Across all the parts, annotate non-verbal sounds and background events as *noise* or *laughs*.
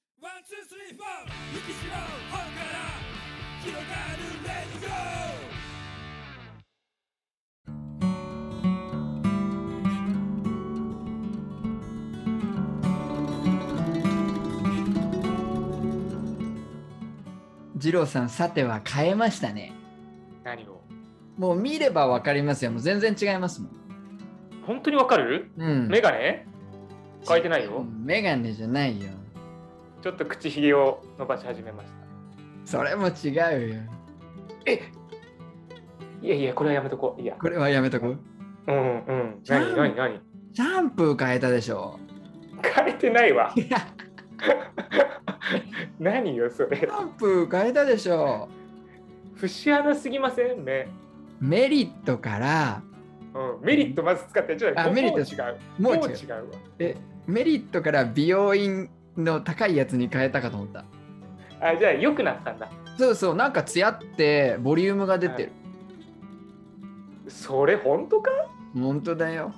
ンツースリーフォー行きしろ本から広がるレディゴー二郎さん、さては変えましたね。何をもう見ればわかりますよ。もう全然違いますもん。本当にわかるうん。メガネ変えてないよ。メガネじゃないよ。ちょっと口ひげを伸ばし始めましそれも違うよ。た。えいやいや、これはやめとこう。いや。これはやめとこう。うんうん。じゃあ何何何シャンプー変えたでしょ。変えてない *laughs* わ。いや何よ、そシれ。ャンプー変えたでしょ。節穴すぎません目。メリットから、うん、メリットまず使ってちょっとあメリット違う。もうもう違う。違うわ。え、メリットから美容院の高いやつに変えたかと思った。あ、じゃあ良くなったんだ。そうそう、なんかツヤってボリュームが出てる。それ本当か本当だよ。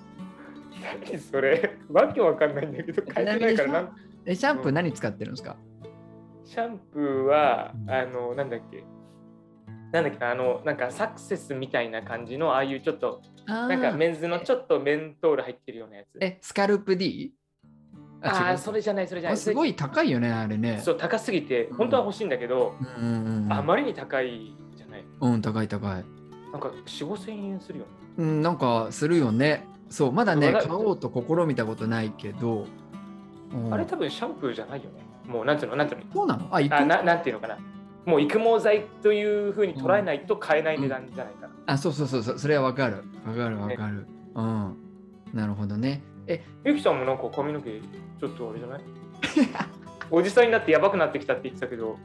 何それ。わけわかんないんだけど、変えてないからなんえ、シャンプー何使ってるんですか、シャンプーは、あの、なんだっけ。なんだっけな、あの、なんかサクセスみたいな感じの、ああいうちょっと、あーなんかメンズのちょっとメントール入ってるようなやつ。え、スカルプ D? あ違あ、うそれじゃない、それじゃなあい。すごい高いよね、あれね。そう、高すぎて、うん本当は欲しいんだけど、うんうんあまりに高いじゃない。うん、うん、高い高い。なんか、4、5千円するよね。うん、なんかするよね。そう、まだね、わか買るおうと試みたことないけど。うんあれ多分シャンプーじゃないよね。もう、なんていうの、なんていうの。そうなのあ、行あくななんていうのかな。もう育毛剤というふうに捉えないと買えない値段じゃないかな。あ、そうそうそうそう、それはわかる。わかるわかる。うん。なるほどね。え、ゆきさんもなんか髪の毛ちょっとあれじゃ *laughs* ないおじさんになってやばくなってきたって言ってたけど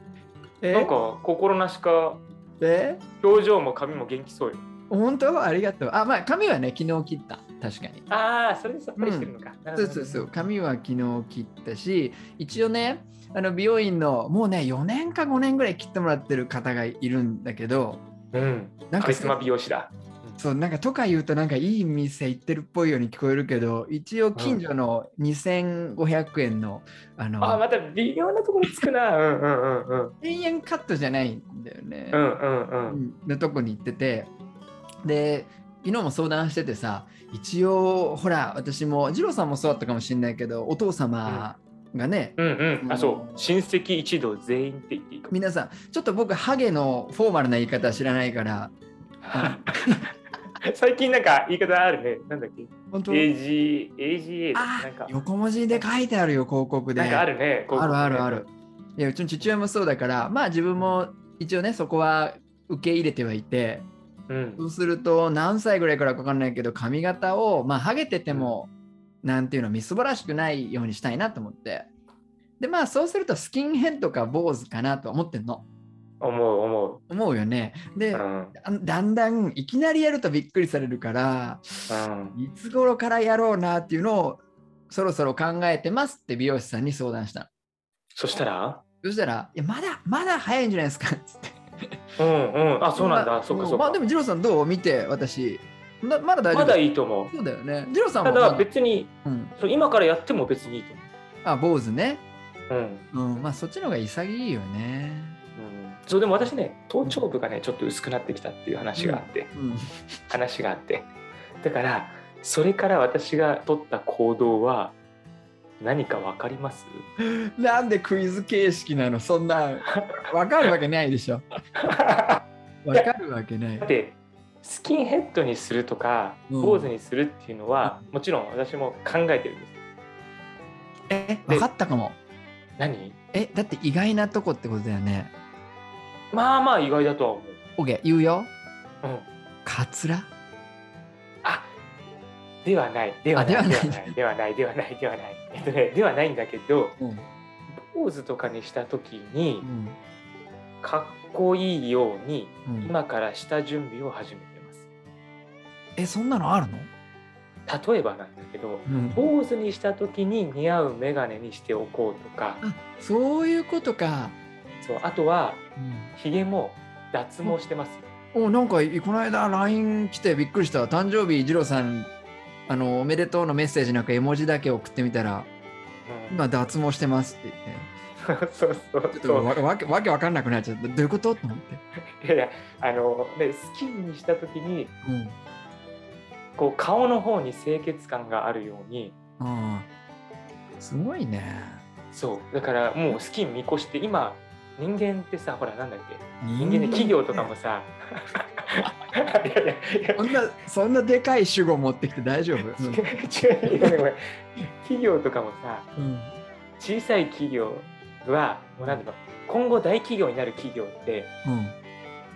えなんか心なしかえ表情も髪も元気そうよ本当ありがとう。あ、まあ、髪はね、昨日切った。確かに。ああそれでさっぱりしてるのか、なるそほうどそうそう髪は昨日切ったし一応ねあの美容院のもうね4年か5年ぐらい切ってもらってる方がいるんだけどうんなんカかリスマ美容師だそうなんかとか言うとなんかいい店行ってるっぽいように聞こえるけど一応近所の2500円の、あのあーまた微妙なところつくなうんうんうんうん1000円カットじゃないんだよね、うんうんうんのとこに行っててで昨日も相談しててさ一応ほら私も二郎さんもそうだったかもしれないけどお父様がね、うんうんあそう親戚一同全員って言っていいかも *laughs* 皆さんちょっと僕ハゲのフォーマルな言い方知らないから *laughs* あ最近なんか言い方あるねなんだっけ本当 AG AGA だあなんか横文字で書いてあるよ広告でなんかあるねあるあるあ広るいやうちの父親もそうだからまあ自分も一応ねそこは受け入れてはいて告ねそうすると何歳ぐらいからか分かんないけど髪型をまあハゲててもなんていうのみすぼらしくないようにしたいなと思ってでまあそうするとスキンヘッドか坊主かなとは思ってんのうん思う思思うよねうでうんあだんだんいきなりやるとびっくりされるからうんいつ頃からやろうなっていうのをそろそろ考えてますって美容師さんに相談したのそしたらそしたら「いやまだまだ早いんじゃないですか」っつってうんうん。あ、そうなんまだ。あそうかんそうまあかで。も二郎さんどう見て私ままだ大丈ま夫だいいと思う。そうだよね二郎さんたはだ別に、うん、そう今からやっても別にいいと思あ坊主ねう。うん。うんまあそっちの方が潔いよねうん、そうでも私ね頭頂部がねちょっと薄くなってきたっていう話があって、うん *laughs* 話があってだからそれから私が取った行動は何か分か *laughs* りますなんでクイズ形式なのそんなわかるわけないでしょだわかるわけないってスキンヘッドにするとかうん坊主にするっていうのは、もちろん私も考えてるんですえわかったかも何えだって意外なとこってことだよねまあまあ意外だとは思う、 OK 言うようん、カツラあではないではなでいでははないないではないではないではないえっとねではないんだけどうんポーズとかにした時にうんかっこいいようにうん今から下準備を始めてますえそんなのあるの、例えばなんだけどうんポーズにした時に似合うメガネにしておこうとかあそういうことか、そうあとはひげも脱毛してますよおなんかいこの間 LINE 来てびっくりした誕生日二郎さんあのおめでとうのメッセージなんか絵文字だけ送ってみたらうん今脱毛してますって言ってそうそうちょっとそうわわけわけわかんなくなっちゃってどういうことと思って、いやいやあのでスキンにした時にうん、こう顔の方に清潔感があるようにあーすごいねそうだからもうスキン見越して今人間ってさほらなんだっけ人人間ね企業とかもさ *laughs* いやいやいやそんなそんなでかい主語持ってきて大丈夫、 *laughs* 違う違うごめんごめん企業とかもさうん小さい企業はもうなんだろう今後大企業になる企業って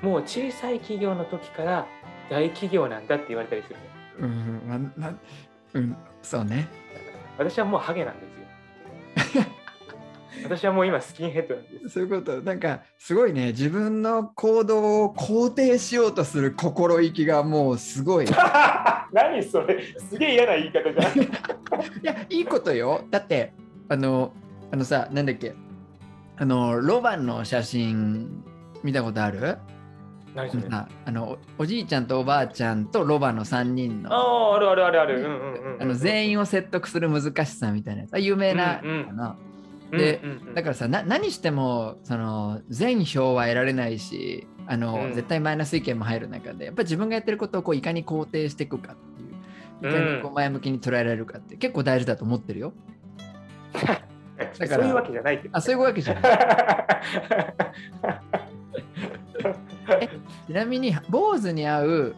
うんもう小さい企業の時から大企業なんだって言われたりするのうん、まあなうん、そうね。私はもうハゲなん *laughs* ですよ私はもう今スキンヘッドなんですそういうこと、なんかすごいね、自分の行動を肯定しようとする心意気がもうす *laughs* ごい。い *laughs* 何それすげえ嫌な言い方じゃんや、いいことよ。だって、あの、あのさ、なんだっけ、あの、ロバンの写真見たことある何そあれあのあのおおじいちゃんとおばあちゃんとロバンの3人の。ああるあるあるある、うんうんうんうん、あの全員員を説得する難しさみたいなやつあ有名な、うんうんかなでだからさな何してもその全票は得られないしあの、うん絶対マイナス意見も入る中でやっぱり自分がやってることをこういかに肯定していくかっていういかにこう前向きに捉えられるかって結構大事だと思ってるよ。だからそういうわけじゃないって *laughs* あそういうわけじ *laughs* ゃないちなみに坊主に合う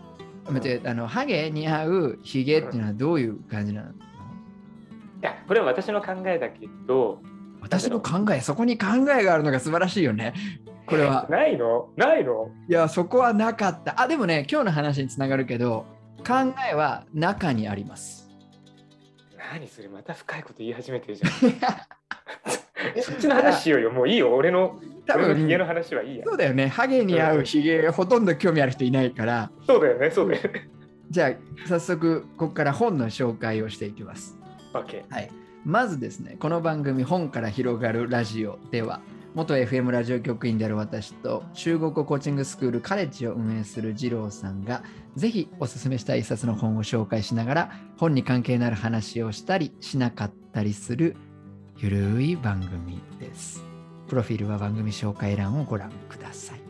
待ってあのハゲに合うヒゲっていうのはどういう感じなのいやこれは私の考えだけど私の考えそこに考えがあるのが素晴らしいよねこれ *laughs* は。ないのないのいやそこはなかった。あでもね今日の話につながるけど考えは中にあります。何それまた深いこと言い始め *laughs* てるじゃんそっちの話しようよもういいよ俺の多俺の分家の話はいいやそうだよね。ハゲに合うヒゲ、ほとんど興味ある人いないから、そうだよねそうだよねじゃあ、早速、ここから本の紹介をしていきます。 OK まずですね、この番組、本から広がるラジオでは、元 FM ラジオ局員である私と、中国語コーチングスクールカレッジを運営する二郎さんが、ぜひおすすめしたい一冊の本を紹介しながら、本に関係のある話をしたり、しなかったりする、ゆるい番組です。プロフィールは番組紹介欄をご覧ください。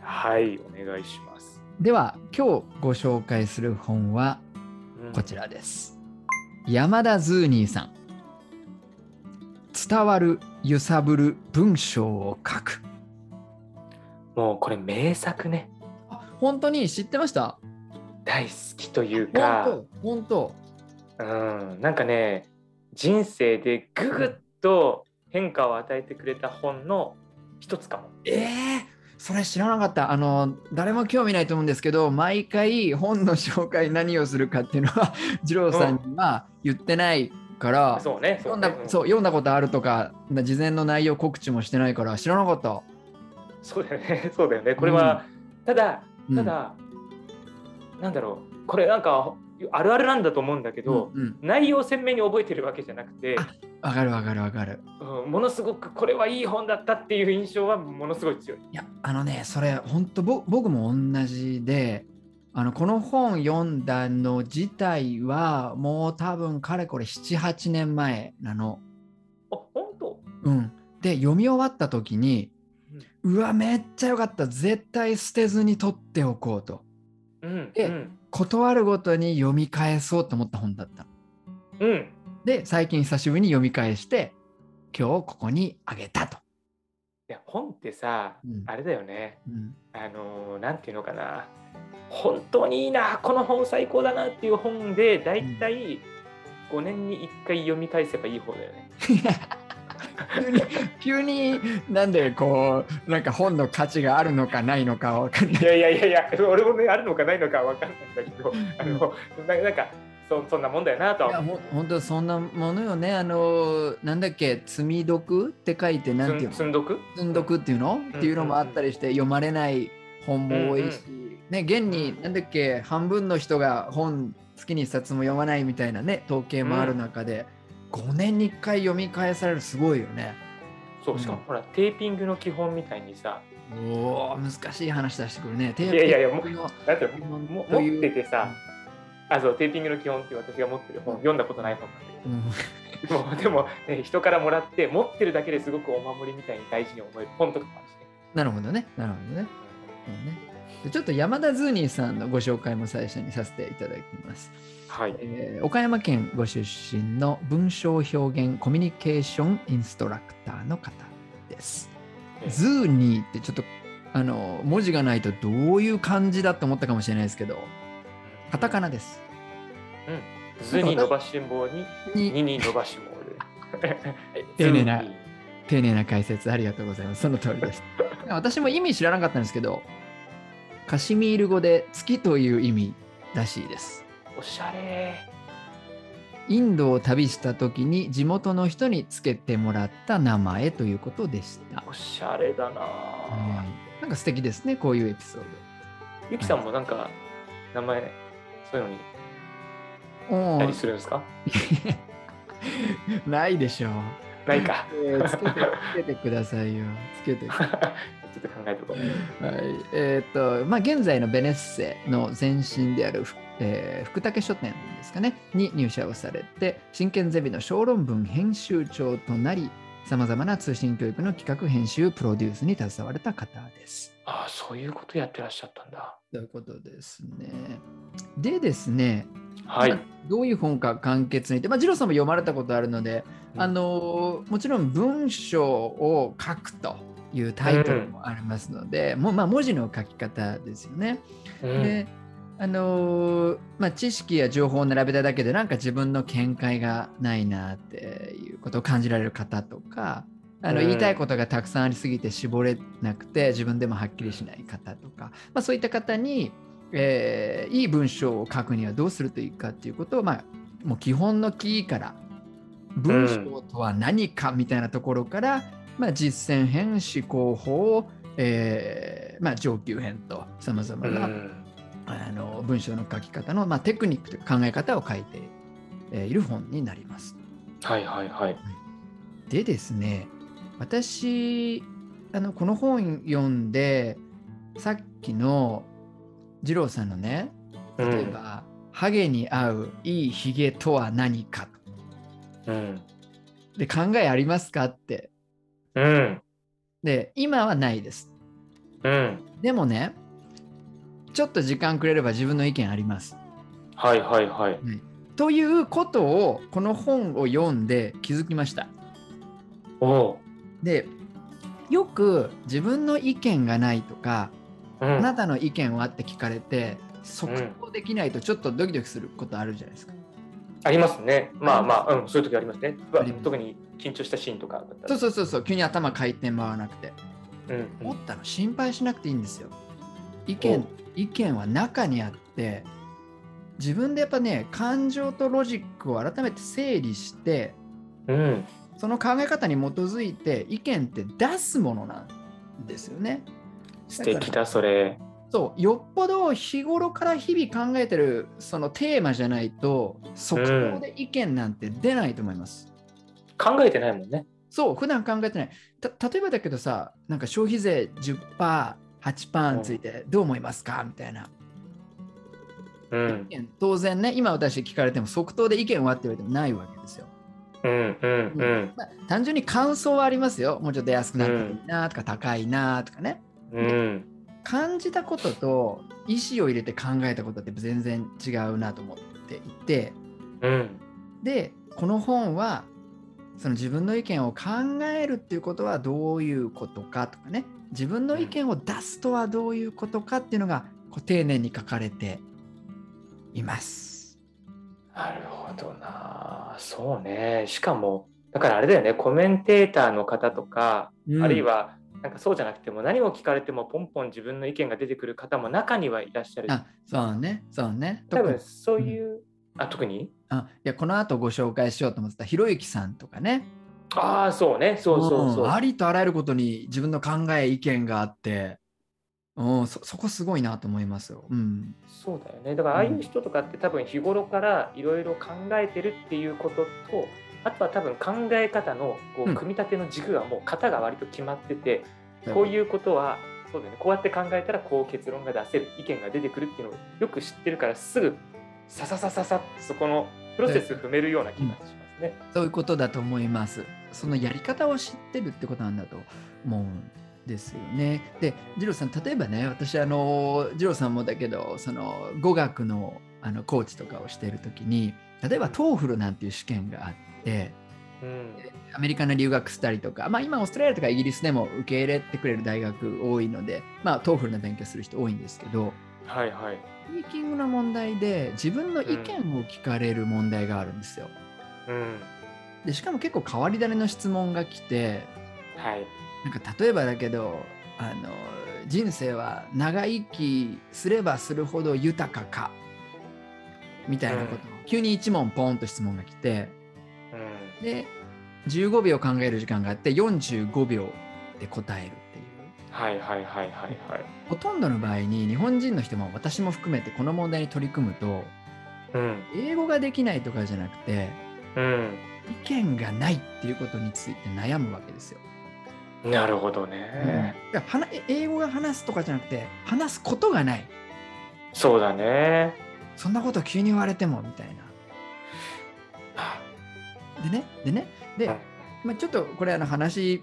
はいお願いしますでは今日ご紹介する本はうんこちらです。山田ズーニーさん。伝わる揺さぶる文章を書く。もうこれ名作ねあ本当に知ってました大好きというか本当本当うんなんかね人生でぐぐっと変化を与えてくれた本の一つかもええそれ知らなかった。あの、誰も興味ないと思うんですけど、毎回本の紹介何をするかっていうのは、 *laughs* 二郎さんには言ってないから、そうね読そうんねだうんそう読んだことあるとか、な事前の内容告知もしてないから知らなかった。そうだよね *laughs* そうだよねこれは、ただうんただ、なんだろうこれなんかあるあるなんだと思うんだけど、うんうん内容を鮮明に覚えてるわけじゃなくて、あわかるわかるわかる。うんものすごくこれはいい本だったっていう印象はものすごい強い。いやあのねそれ本当ぼ僕も同じであのこの本読んだの自体はもう多分かれこれ78年前なの。あ本当うん、で読み終わった時にうわめっちゃ良かった絶対捨てずに取っておこうとうんうえん断るごとに読み返そうと思った本だったの。うんで最近久しぶりに読み返して今日ここにあげたと。いや本ってさ、うんあれだよねうんあのーなんていうのかな本当にいいなこの本最高だなっていう本でだいたい5年に1回読み返せばいい方だよね。急に急になんでこうなんか本の価値があるのかないのかわかんない *laughs* いやいやいやいや、俺もね、あるのかないのかわかんないんだけど、あの、ななんか、そそんなもんだよなといやは。ほん本当そんなものよねあのなんだっけ「積み読」って書いてなんていうの積んどく「積んどく」っていうのんっていうのもあったりして読まれない本も多いし、ね現になんだっけ半分の人が本月に一冊も読まないみたいなね統計もある中で、5年に1回読み返されるすごいよね。そう、しかもほら、テーピングの基本みたいにさ、おー難しい話出してくるね。テーいやいやいやもプのだってももという持っててさ、あ、そう、テーピングの基本っていう私が持ってる本、読んだことない本なんだけどうん *laughs* でもでも、ね、人からもらって持ってるだけですごくお守りみたいに大事に思える本とかもあるしね。なるほどね。なるほどね。そうねでちょっと山田ズーニーさんのご紹介も最初にさせていただきます。はい、えー岡山県ご出身の文章表現コミュニケーションインストラクターの方です。えーズーニーってちょっとあの文字がないとどういう漢字だと思ったかもしれないですけど、カタカナです。図に伸ばしん棒に、にに伸ばし *laughs* 棒で。丁寧な図に丁寧な解説ありがとうございます。その通りです。私も意味知らなかったんですけど、カシミール語で月という意味らしいです。おしゃれ。インドを旅した時に地元の人につけてもらった名前ということでした。おしゃれだなはあ。いなんか素敵ですね、こういうエピソーゆきさんもなんか、名前、そういうのに、ド。おたりーするんですか。ないでしょう。ないか。えーつけてつけてくださいよ。つ *laughs* けてくださいちょっと考えとこう。はい、えーっとまあ現在のベネッセの前身である、ふえー福武書店ですかねに入社をされて真剣ゼミの小論文編集長となりさまざまな通信教育の企画編集プロデュースに携われた方です。ああ、そういうことやってらっしゃったんだ。ということですね。でですね、はいまあ。どういう本か簡潔にって、まあ、二郎さんも読まれたことあるので、うんあのーもちろん文章を書くというタイトルもありますので、もうまあ文字の書き方ですよね。うんであのーまあ、知識や情報を並べただけでなんか自分の見解がないなっていうことを感じられる方とかあのうん言いたいことがたくさんありすぎて絞れなくて自分でもはっきりしない方とか、まあ、そういった方に、えーいい文章を書くにはどうするといいかっていうことを、まあ、もう基本のキーから文章とは何かみたいなところから、まあ、実践編思考法、えーまあ、上級編とさまざまうな、んあの文章の書き方の、まあ、テクニックというか考え方を書いてえーいる本になります。はいはいはい。でですね私あのこの本読んでさっきの二郎さんのねうん例えば、ハゲに合ういいヒゲとは何かうん。で考えありますかってうん。で今はないですうん。でもねちょっと時間くれれば自分の意見ありますはいはいはい。ということをこの本を読んで気づきましたおおでよく自分の意見がないとか、う。う。あなんたの意見はって聞かれて即答できないとちょっとドキドキすることあるじゃないですか。ありますね。まあまあ、うん、そういう時ありますね。うわあります特に緊張したシーンとかだったそうら。そうそうそう急に頭回転回らなくてうんう思ん。ったの心配しなくていいんですよ。意お見意見は中にあって自分でやっぱね感情とロジックを改めて整理してうん。その考え方に基づいて意見って出すものなんですよね。素敵だ、それ。そうよっぽど日頃から日々考えてるそのテーマじゃないと即答で意見なんて出ないと思います。考えてないもんね。そう普段考えてないた例えばだけどさなんか消費税 10%8% についてどう思いますかみたいなうん。意見当然ね今私聞かれても即答で意見はって言われてもないわけですよ。うんうんうんまあ、単純に感想はありますよもうちょっと安くなったらいいなとか高いなとかねうん。感じたことと意思を入れて考えたことって全然違うなと思っていて。うん。でこの本はその自分の意見を考えるっていうことはどういうことかとかね自分の意見を出すとはどういうことかっていうのがこう丁寧に書かれています。なるほどな。そうね。しかも、だからあれだよね、コメンテーターの方とか、あるいは、なんかそうじゃなくても何を聞かれてもポンポン自分の意見が出てくる方も中にはいらっしゃるうん、あそうねそうね。多特に分そういう、あ特にあいやこの後ご紹介しようと思ってたひろゆきさんとかねああそうねそうそうそう、んありとあらゆることに自分の考え意見があって、うん、そそこすごいなと思いますよ。うんそうだよねだからああいう人とかって多分日頃からいろいろ考えてるっていうこととあとは多分考え方のこうんう組み立ての軸がもう型が割と決まってて、こういうことはそうだよねこうやって考えたらこう結論が出せる意見が出てくるっていうのをよく知ってるからすぐさささささってそこのプロセス踏めるような気がします。ですね。そういうことだと思います。そのやり方を知ってるってことなんだと思うんですよね。で、二郎さん、例えばね、私、あの、二郎さんもだけど、その語学のあのコーチとかをしているときに、例えば TOEFL なんていう試験があって、うんアメリカの留学したりとか、まあ今オーストラリアとかイギリスでも受け入れてくれる大学多いので、まあ TOEFL の勉強する人多いんですけど、はいはい。スピーキングの問題で自分の意見を聞かれる問題があるんですよ。うん。で、しかも結構変わり種の質問が来て、はい。なんか例えばだけどあの人生は長生きすればするほど豊かかみたいなことを、急に一問ポンと質問が来てうん。で15秒考える時間があって45秒で答えるっていうはいはいはいはいはい。ほとんどの場合に日本人の人も私も含めてこの問題に取り組むとうん。英語ができないとかじゃなくてう意見がないっていうことについて悩むわけですよ。ん。なるほどだね。からはな英語が話すとかじゃなくて話すことがないそうだね。そんなこと急に言われてもみたいな。でね、でね、で、まあ、ちょっとこれあの話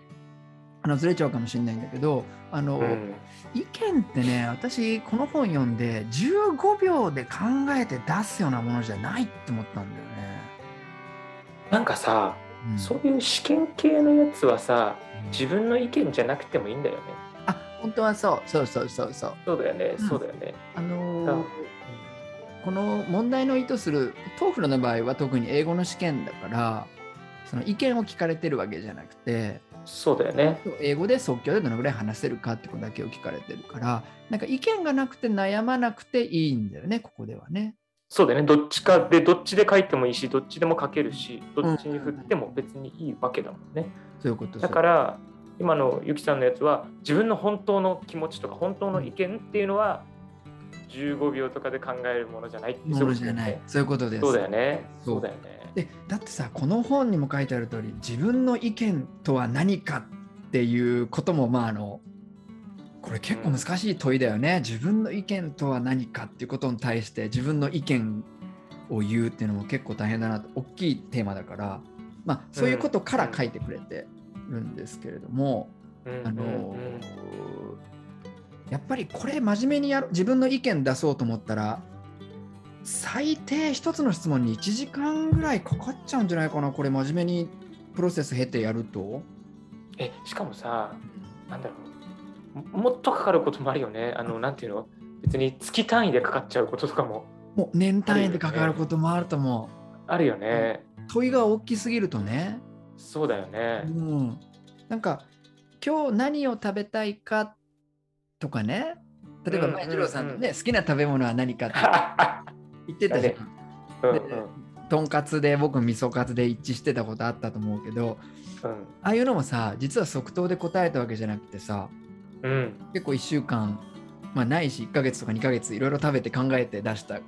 あのずれちゃうかもしれないんだけど、あの、うん。意見ってね、私この本読んで15秒で考えて出すようなものじゃないって思ったんだよね。なんかさ、うんそういう試験系のやつはさ、自分の意見じゃなくてもいいんだよね。あ本当はそうそうそうそうそうそうだよね。うんそうだよね。あのだーこの問題の意図する TOEFL の場合は特に英語の試験だからその意見を聞かれてるわけじゃなくてそうだよね。英語で即興でどのぐらい話せるかってことだけを聞かれてるからなんか意見がなくて悩まなくていいんだよねここではね。そうだよね。どっちかで、どっちで書いてもいいし、どっちでも書けるし、どっちに振っても別にいいわけだもんね。そういうことだからら今のゆきさんのやつは自分の本当の気持ちとか本当の意見っていうのは15秒とかで考えるものじゃないってものじゃないそういうことです。そうだよねそうそうだよねでだってさこの本にも書いてある通り自分の意見とは何かっていうこともまああのこれ結構難しい問いだよね、自分の意見とは何かっていうことに対して自分の意見を言うっていうのも結構大変だなと大きいテーマだから、まあ、そういうことから書いてくれてるんですけれども、うんあのうんうんやっぱりこれ真面目にやろ自分の意見出そうと思ったら最低一つの質問に1時間ぐらいかかっちゃうんじゃないかなこれ真面目にプロセス経てやると。えしかもさなんだろうももっとかかることもあるよねあのなんていうの別に月単位でかかっちゃうこととかももう年単位でかかることもあると思あるよね、う。問いが大きすぎるとね。そうだよねうん、なんか今日何を食べたいかとかね例えばうん前二郎さんのうんうね好きな食べ物は何かって言ってたじゃん。うんうんでとんかつで僕味噌カツで一致してたことあったと思うけどうんああいうのもさ実は即答で答えたわけじゃなくてさうん結構1週間、まあ、ないし1ヶ月とか2ヶ月いろいろ食べて考えて出した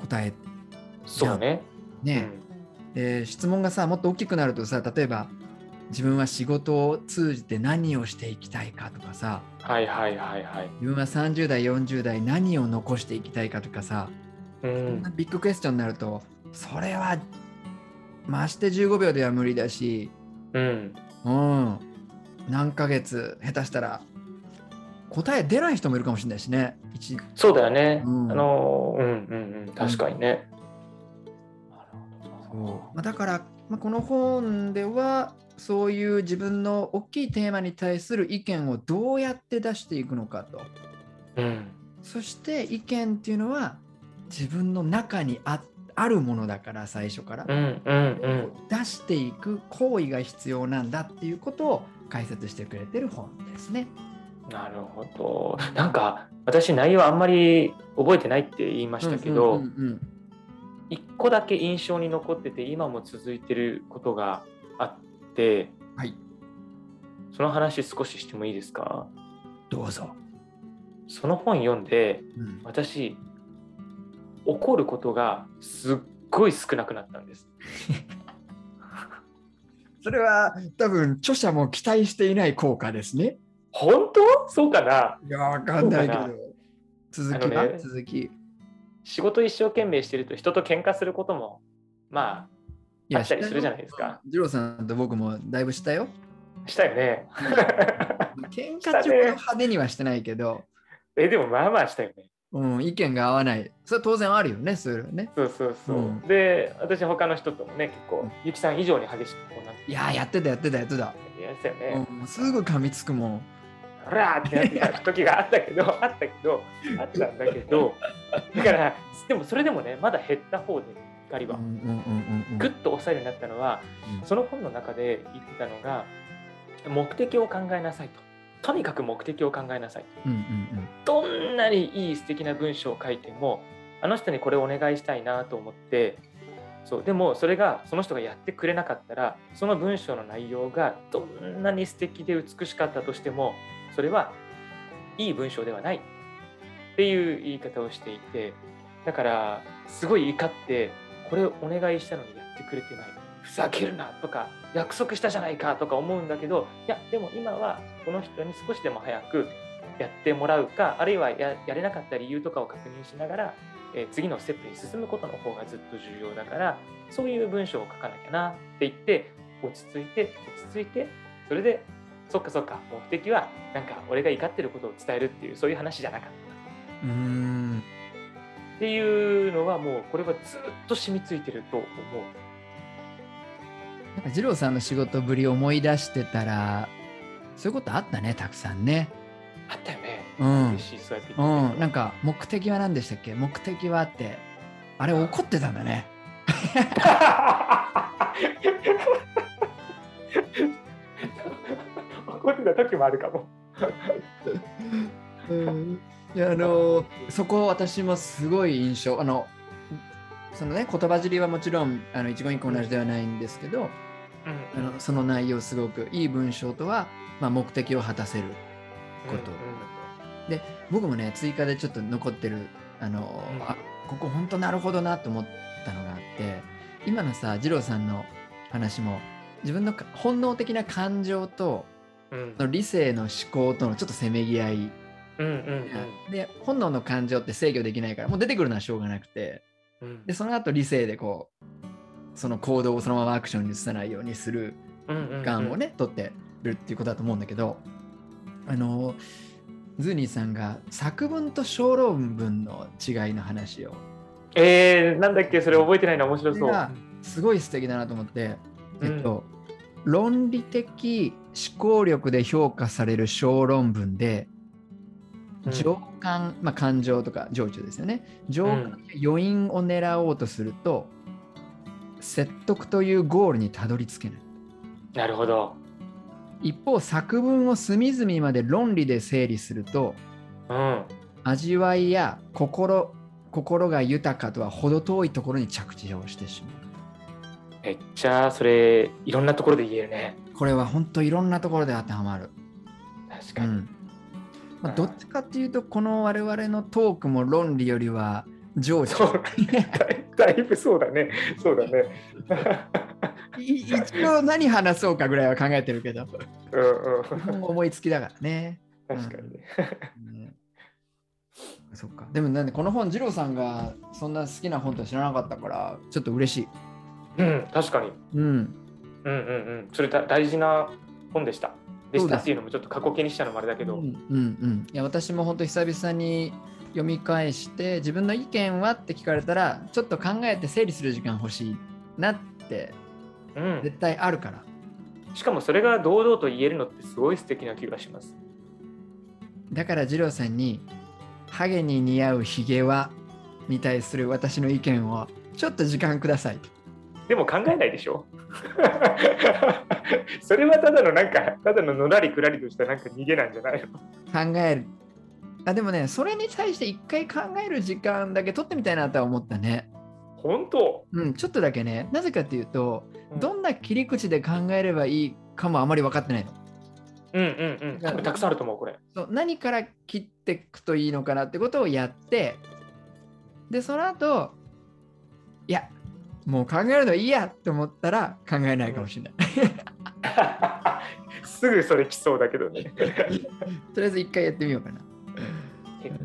答えそうねね、で質問がさもっと大きくなるとさ例えば自分は仕事を通じて何をしていきたいかとかさうんはいはいはいはい自分は30代40代何を残していきたいかとかさうそんんなビッグクエスチョンになるとそれはまして15秒では無理だしうんうん。何ヶ月、下手したら、答え出ない人もいるかもしれないしね。一そうだよね。うんあのうんうんうん確かにね。まあだから、まあ、この本では、そういう自分の大きいテーマに対する意見をどうやって出していくのかと。うんそして意見っていうのは、自分の中にああるものだから、最初からう。んうんうん出していく行為が必要なんだっていうことを解説してくれてる本ですね。なるほど。なんか私内容あんまり覚えてないって言いましたけうんどうん、うんうん一個だけ印象に残ってて今も続いてることがあって、はい、その話少ししてもいいですか？どうぞ。その本読んでうん私怒ることがすっごい少なくなったんです。それは多分著者も期待していない効果ですね。本当？そうかな？いや、わかんないけそど続うか。きあのは、ね続き。仕事一生懸命してると人と喧嘩することもまああったりするじゃないですか。ジローさんと僕もだいぶしたよ。したよ *laughs* ね。喧嘩中ほど派手にはしてないけど、え、でもまあまあしたよね。うん、意見が合わない。それは当然あるよね、そういうのね。そうそうそう。うんで、私他の人ともね、結構、ゆきさん以上に激しくこうなんかいやー、やってた、やってた、やってた。やってたよね。うん、すぐ噛みつくもん。ほらーってなってた時があったけどあったけどあったんだけどだからでもそれでもねまだ減った方で怒りうんはうんうんうんうんぐっと抑えるようになったのはうんその本の中で言ってたのが目的を考えなさいととにかく目的を考えなさいうんうんどんなにいい素敵な文章を書いてもあの人にこれお願いしたいなと思ってそうでもそれがその人がやってくれなかったらその文章の内容がどんなに素敵で美しかったとしてもそれはいい文章ではないっていう言い方をしていてだからすごい怒ってこれお願いしたのにやってくれてないふざけるなとか約束したじゃないかとか思うんだけどいやでも今はこの人に少しでも早くやってもらうかあるいはややれなかった理由とかを確認しながら、えー次のステップに進むことの方がずっと重要だからそういう文章を書かなきゃなって言って落ち着いて落ち着いてそれでそっかそっか目的はなんか俺が怒ってることを伝えるっていうそういう話じゃなかったうん。うーん。っていうのはもうこれはずっと染みついてると思う。なんか、ジローさんの仕事ぶり思い出してたら、そういうことあったね、たくさんね。あったよね。うん嬉しいそうやってう言ってん。なんか、目的は何でしたっけ目的はあって、あれ怒ってたんだね。 *laughs* 怒ってた時もあるかも。うんいやあのそこ私もすごい印象あのそのね言葉尻はもちろんあの一言一句同じではないんですけど、うあのその内容すごくいい文章とは、まあ、目的を果たせること僕もね追加でちょっと残ってるあの、うんあここ本当なるほどなと思ったのがあって今のさ二郎さんの話も自分のか本能的な感情とうんうんその理性の思考とのちょっとせめぎ合いうんうんで本能の感情って制御できないからもう出てくるのはしょうがなくてうんでその後理性でこうその行動をそのままアクションに移さないようにするうんがんをね取ってるっていうことだと思うんだけどあのズーニーさんが作文と小論文の違いの話をえー、なんだっけそれ覚えてないな面白そそれう。がすごい素敵だなと思って、うんえっと論理的思考力で評価される小論文で、うん情感、まあ、感情とか情緒ですよね情感や余韻を狙おうとすると、説得というゴールにたどり着けないなるほど。一方作文を隅々まで論理で整理するとうん。味わいや心心が豊かとは程遠いところに着地をしてしまめっちゃそれいろんなところで言えるね。うこれは本当いろんなところで当てはまる、確うかに。んまあ、うんどっちかっていうとこの我々のトークも論理よりは情緒そうだいだいぶそうだね。そうだね。い一応何話そうかぐらいは考えてるけ *laughs* どうんうん。基本思いつきだからね。確かにね。ねそっか。でもなんでこの本、二郎さんがそんな好きな本とは知らなかったから、ちょっと嬉しい。うん確かに。うん。うんうんうん。それだ大事な本でした。でそうしでたすっていうのもちょっと過去形にしたのもあれだけうんうど。んうん。いや、私も本当久々に読み返して、自分の意見はって聞かれたら、ちょっと考えて整理する時間欲しいなって、うん。絶対あるから。しかもそれが堂々と言えるのってすごい素敵な気がします。だから二郎さんに、ハゲに似合うヒゲはに対する私の意見を、ちょっと時間くださいと。でも考えないでしょ *laughs* それはただのなんか、ただののらりくらりとしたなんか逃げなんじゃないの考えるあでもねそれに対して一回考える時間だけ取ってみたいなとは思ったね本当うんちょっとだけねなぜかっていうとうんどんな切り口で考えればいいかもあまり分かってないのうんうんうん。多分たくさんあると思う、これ。そう何から切っていくといいのかなってことをやってでその後いやもう考えるのいいやって思ったら考えないかもしれない、 *laughs* すぐそれ来そうだけどね。とりあえず一回やってみようかな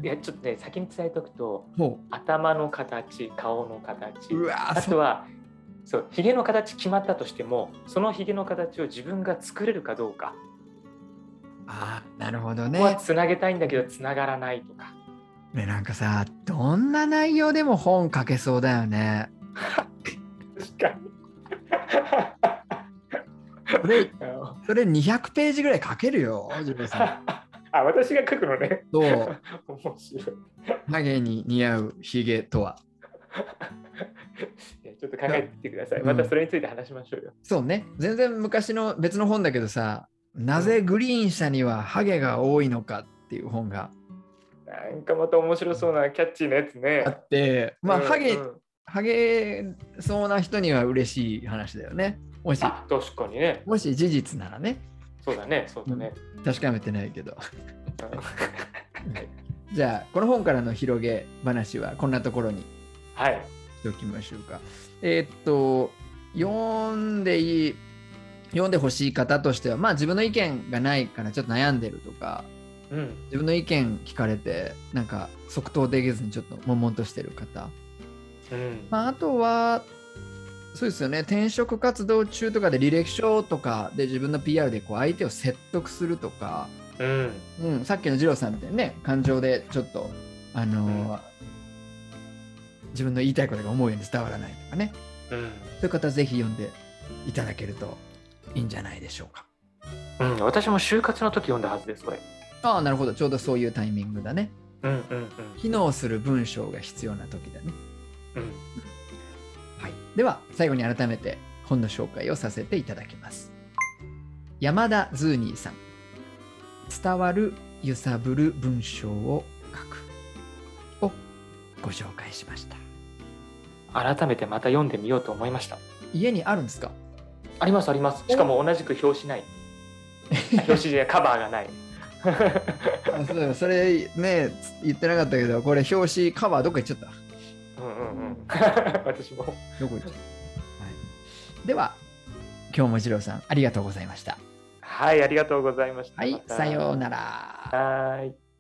いや、ちょっとね、先に伝えておくと、ほ頭の形、顔の形う、うわーあとはそうひげの形決まったとしてもそのひげの形を自分が作れるかどうかああ、なるほどここはね。つなげたいんだけどつながらないとかね、なんかさ、どんな内容でも本書けそうだよね。確かにそ *laughs* れ、それ200ページぐらい書けるよ、ジロー *laughs* さん。あ私が書くのねそう、面白い影に似合うヒゲとは。いやちょっと考えてみてくださいまたそれについて話しましょうよ、そうね、全然昔の別の本だけどさ、なぜグリーン車にはハゲが多いのかっていう本がなんかまた面白そうなキャッチーなやつねあって、まあ、うんハゲう、んハゲそうな人には嬉しい話だよね。もし、あ確かにねもし事実ならね、そうだねそうだね、確かめてないけど。うんじゃあ、この本からの広げ話はこんなところにはいしておきましょうか。えーっと、読んでいい、読んでほしい方としては、まあ自分の意見がないからちょっと悩んでるとか、うん自分の意見聞かれて、なんか即答できずにちょっと悶々としてる方。うん、まああとは、そうですよね、転職活動中とかで履歴書とかで自分の PR でこう相手を説得するとか、うんうん、さっきの二郎さんみたいにね感情でちょっと、あのー自分の言いたいことが思うように伝わらないとかねうんそういう方ぜひ読んでいただけるといいんじゃないでしょうかうん、私も就活の時読んだはずですこれああなるほどちょうどそういうタイミングだねうんうんうん機能する文章が必要な時だね、うんはい、では最後に改めて本の紹介をさせていただきます山田ズーニーさん伝わる揺さぶる文章を書くをご紹介しました改めてまた読んでみようと思いました家にあるんですかありますありますしかも同じく表紙 *laughs* ないあ表紙じゃないカバーがないあそうだそれねつ言ってなかったけどこれ表紙カバーどっか行っちゃったうんうんうん *laughs* 私もどこ行っちゃった、はい、では今日も次郎さんありがとうございましたはいありがとうございましたはいまたさようならはーい